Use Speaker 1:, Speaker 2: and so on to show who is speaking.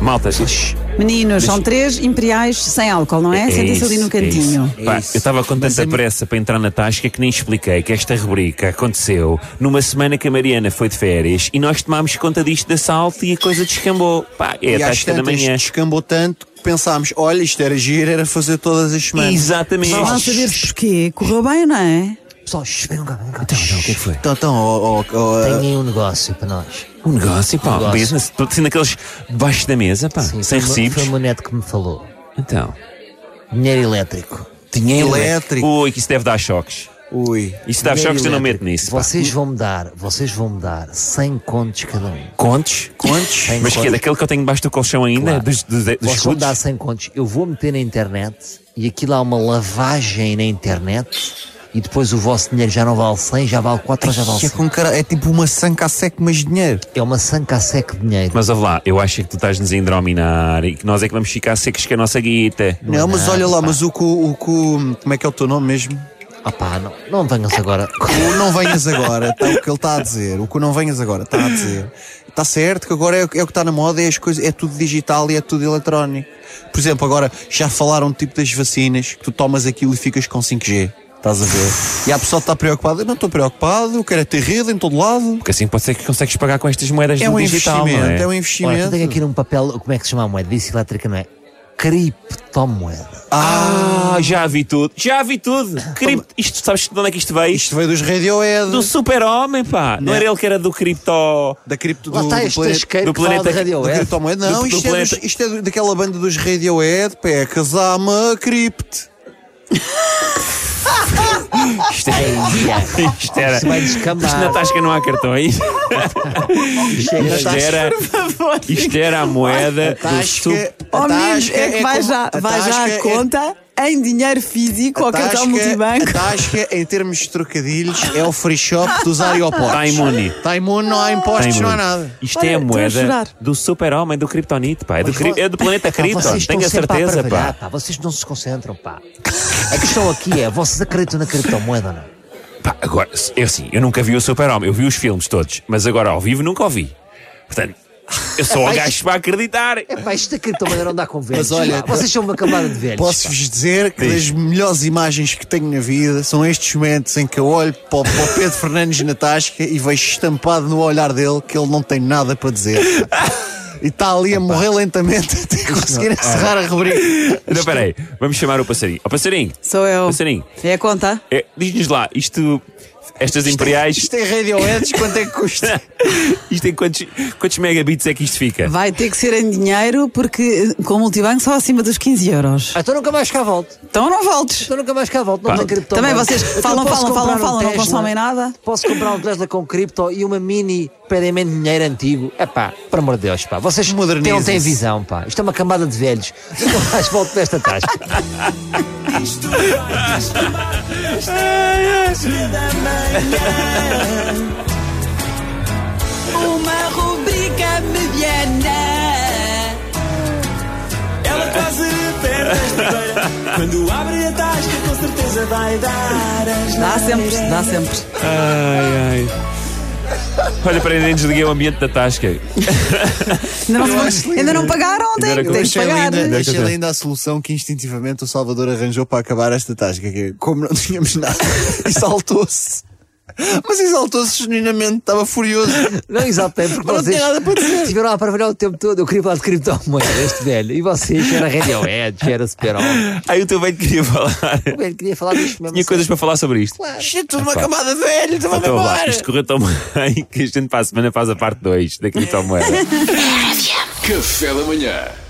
Speaker 1: Malta,
Speaker 2: Meninos, são três imperiais sem álcool, não é?
Speaker 1: É
Speaker 2: Sentem-se
Speaker 1: isso,
Speaker 2: ali
Speaker 1: é
Speaker 2: no cantinho.
Speaker 1: isso. Pá, eu estava com
Speaker 3: é
Speaker 1: tanta pressa para entrar na Tasca que nem expliquei que esta rubrica aconteceu numa semana que a Mariana foi de férias e nós tomámos conta disto de assalto e a coisa descambou. Pá, é
Speaker 3: e
Speaker 1: a
Speaker 3: às
Speaker 1: Tasca da
Speaker 3: tantas
Speaker 1: manhã.
Speaker 3: descambou tanto que pensámos, olha, isto era giro, era fazer todas as semanas.
Speaker 1: Exatamente.
Speaker 2: Vá lá saber porquê. Correu bem, não é?
Speaker 4: Pessoal, shh, venham cá, venham cá.
Speaker 1: o que é que foi?
Speaker 3: Então, então, ó, ó, ó,
Speaker 4: Tenho aí um negócio para nós.
Speaker 1: Um negócio, pá, um
Speaker 4: negócio.
Speaker 1: business. Estou sendo aqueles debaixo da mesa, pá,
Speaker 4: Sim,
Speaker 1: sem
Speaker 4: foi uma-
Speaker 1: recibos.
Speaker 4: Foi uma net que me falou.
Speaker 1: Então,
Speaker 4: Dinheiro elétrico.
Speaker 1: dinheiro é?
Speaker 3: Elétrico.
Speaker 1: Ui, que isso deve dar choques.
Speaker 3: ui.
Speaker 1: Isso dá
Speaker 4: Dinheiro
Speaker 1: choques, eu não meto
Speaker 4: elétrico.
Speaker 1: nisso. Pá.
Speaker 4: Vocês vão me dar, vocês vão me dar 100 contos cada um.
Speaker 1: Contos?
Speaker 3: Quantos?
Speaker 4: Tem
Speaker 1: Mas que é
Speaker 4: contos.
Speaker 1: daquele que eu tenho debaixo do colchão ainda? é
Speaker 4: Claro.
Speaker 1: Dos, dos, dos
Speaker 4: Vocês vão me
Speaker 1: escudos?
Speaker 4: dar 100 contos. Eu vou meter na internet e aquilo há uma lavagem na internet e depois o vosso dinheiro já não vale 100, já vale 4 ou já vale
Speaker 3: Que é,
Speaker 4: 100.
Speaker 3: com cara, é tipo uma sanca a seco, mas dinheiro.
Speaker 4: É uma sanca a seco de dinheiro.
Speaker 1: Mas ouve lá, eu acho é que tu estás-nos a indrominar e que nós é que vamos ficar secos com a nossa guita.
Speaker 3: Não, mas olha lá, mas o que. O, que- como é que é o teu nome mesmo?
Speaker 4: Ah pá, não, não venham-se agora.
Speaker 3: O não venhas agora, tá, o que ele está a dizer. O que o não venhas agora está a dizer. Está certo que agora é, o que- é o que está na moda, é, as coisas, é tudo digital e é tudo eletrónico. Por exemplo, agora já falaram tipo das vacinas, que tu tomas aquilo e ficas com 5G. Estás a ver? E a pessoa está preocupada. Eu não estou tá preocupado, eu quero é ter rede em todo lado.
Speaker 1: Porque assim pode ser que consegues pagar com estas moedas
Speaker 3: É
Speaker 1: do
Speaker 3: um
Speaker 1: digital, não é?
Speaker 3: investimento, é um
Speaker 4: Olha, tu
Speaker 3: investimento.
Speaker 4: tenho aqui num papel, como é que se chama a moeda? Disse elétrica, não é? Criptomoeda.
Speaker 1: Ah, já vi tudo. Já vi tudo. Cripto. Isto, sabes de onde é que isto veio?
Speaker 3: Isto veio dos Radiohead,
Speaker 1: Do super-homem, pá. Não.
Speaker 3: Não.
Speaker 1: era ele que era do cripto...
Speaker 3: da cripto do,
Speaker 4: Lá está
Speaker 3: do
Speaker 4: este
Speaker 3: planeta.
Speaker 4: tasqueiro
Speaker 1: do
Speaker 4: que fala
Speaker 1: planeta-
Speaker 4: de
Speaker 1: do
Speaker 3: Da
Speaker 4: Radiohead.
Speaker 3: criptomoeda? Não,
Speaker 1: Do- do
Speaker 3: isto, é dos-
Speaker 1: planeta.
Speaker 3: isto é do- daquela banda dos Radiohead, pecas, ama, cripto.
Speaker 1: Isto era... Isto era...
Speaker 4: Se vai descambar.
Speaker 1: Isto É. na tasca não há cartões.
Speaker 4: Chega,
Speaker 1: Isto
Speaker 4: está-
Speaker 1: era... Isto era a moeda do
Speaker 3: Tasca,
Speaker 1: super...
Speaker 2: Ó,
Speaker 3: tá,
Speaker 2: meninos,
Speaker 3: Tasca
Speaker 2: é que vai
Speaker 3: como- tá,
Speaker 2: já,
Speaker 3: a
Speaker 2: vai já
Speaker 3: Tasca
Speaker 2: à conta tá em dinheiro físico
Speaker 3: é,
Speaker 2: ou
Speaker 3: a
Speaker 2: cartão
Speaker 3: A
Speaker 2: multibanco.
Speaker 3: Tasca, é em termos de trocadilhos, é o free shop dos aeroportos.
Speaker 1: Está imune.
Speaker 3: Está imune, não
Speaker 2: Ah.
Speaker 3: há
Speaker 1: Tem
Speaker 3: impostos, não há
Speaker 1: muito.
Speaker 3: nada.
Speaker 1: Isto é
Speaker 2: Olha,
Speaker 1: a
Speaker 2: estou a
Speaker 1: moeda
Speaker 2: chorar.
Speaker 1: do super-homem, do Kryptonite, pá. É do, cri-
Speaker 4: vo-
Speaker 1: é do planeta
Speaker 4: Pá, vocês
Speaker 1: Krypton,
Speaker 4: estão
Speaker 1: tenho a
Speaker 4: sempre
Speaker 1: certeza,
Speaker 4: parvalhar,
Speaker 1: pá.
Speaker 4: pá. Vocês não se concentram, pá. A questão aqui é, vocês acreditam na criptomoeda ou não?
Speaker 1: Pá, agora, eu sim, eu nunca vi o Super-Homem, eu vi os filmes todos, mas agora ao vivo nunca ouvi. Portanto, eu sou o gajo para acreditar.
Speaker 4: É pá, isto da criptomoeda não dá com velhos,
Speaker 3: Mas olha,
Speaker 4: pá. Vocês são uma camada de velhos, pá.
Speaker 3: Posso-vos dizer que das melhores imagens que tenho na vida são estes momentos em que eu olho para o, para o Pedro Fernandes na Tasca e vejo estampado no olhar dele que ele não tem nada para dizer. E está ali a morrer lentamente até conseguir encerrar a rubrica.
Speaker 1: Não, peraí, vamos chamar o passarinho. Ó passarinho,
Speaker 2: Sou eu.
Speaker 1: passarinho,
Speaker 2: É a conta?
Speaker 1: é, diz-nos lá, isto, estas imperiais,
Speaker 3: Isto é Radioheads, quanto é que custa?
Speaker 1: isto em quantos, quantos megabits é que isto fica?
Speaker 2: Vai ter que ser em dinheiro porque eh, com multibanco só acima dos 15 euros.
Speaker 4: Ah, Então nunca mais cá volto.
Speaker 2: Então não voltes.
Speaker 4: Então nunca mais cá volto. Não
Speaker 1: Pá.
Speaker 4: tem criptomoeda.
Speaker 2: Também vocês
Speaker 4: Então
Speaker 2: falam,
Speaker 4: posso
Speaker 2: falam,
Speaker 4: comprar
Speaker 2: falam, falam, não
Speaker 4: Tesla,
Speaker 2: consomem nada.
Speaker 4: Posso comprar um Tesla com cripto e uma mini pedimento de dinheiro antigo. É pá, por amor de Deus, pá. Vocês
Speaker 3: Modernizem-se.
Speaker 4: não têm visão, pá. Isto é uma camada de velhos. Nunca mais volto desta tasca.
Speaker 5: Isto vai descambar, esta é a tasca da manhã.
Speaker 2: Uma rubrica mediana.
Speaker 5: Ela quase perde a estribeira. Quando abre a tasca, com certeza vai dar asneira.
Speaker 2: Dá sempre, dá sempre.
Speaker 1: Ai, ai. Olha, peraí, nem desliguei o ambiente da tasca.
Speaker 2: Ainda não, ainda não pagaram ontem.
Speaker 1: Ainda era
Speaker 2: Tem que
Speaker 3: Achei
Speaker 2: pagar. né?
Speaker 3: linda,
Speaker 1: Deixa
Speaker 3: achei
Speaker 1: eu ver.
Speaker 3: linda a solução que instintivamente o Salvador arranjou para acabar esta tasca, que é, como não tínhamos nada, exaltou-se. Mas exaltou-se genuinamente, estava furioso.
Speaker 4: Não, exatamente, porque
Speaker 3: Mas não
Speaker 4: vocês
Speaker 3: tem nada para dizer.
Speaker 4: estiveram a parvalhar o tempo todo. Eu queria falar de criptomoeda, este velho. E vocês, era Radiohead, era Super
Speaker 1: Ai, o teu velho queria falar.
Speaker 4: O velho queria falar disto mesmo.
Speaker 1: Tinha coisas para falar sobre isto.
Speaker 3: Isto é tudo uma camada de velho, estava
Speaker 1: Então, lá, isto correu tão bem que a gente para a semana faz a parte 2 da criptomoeda.
Speaker 6: Café da manhã.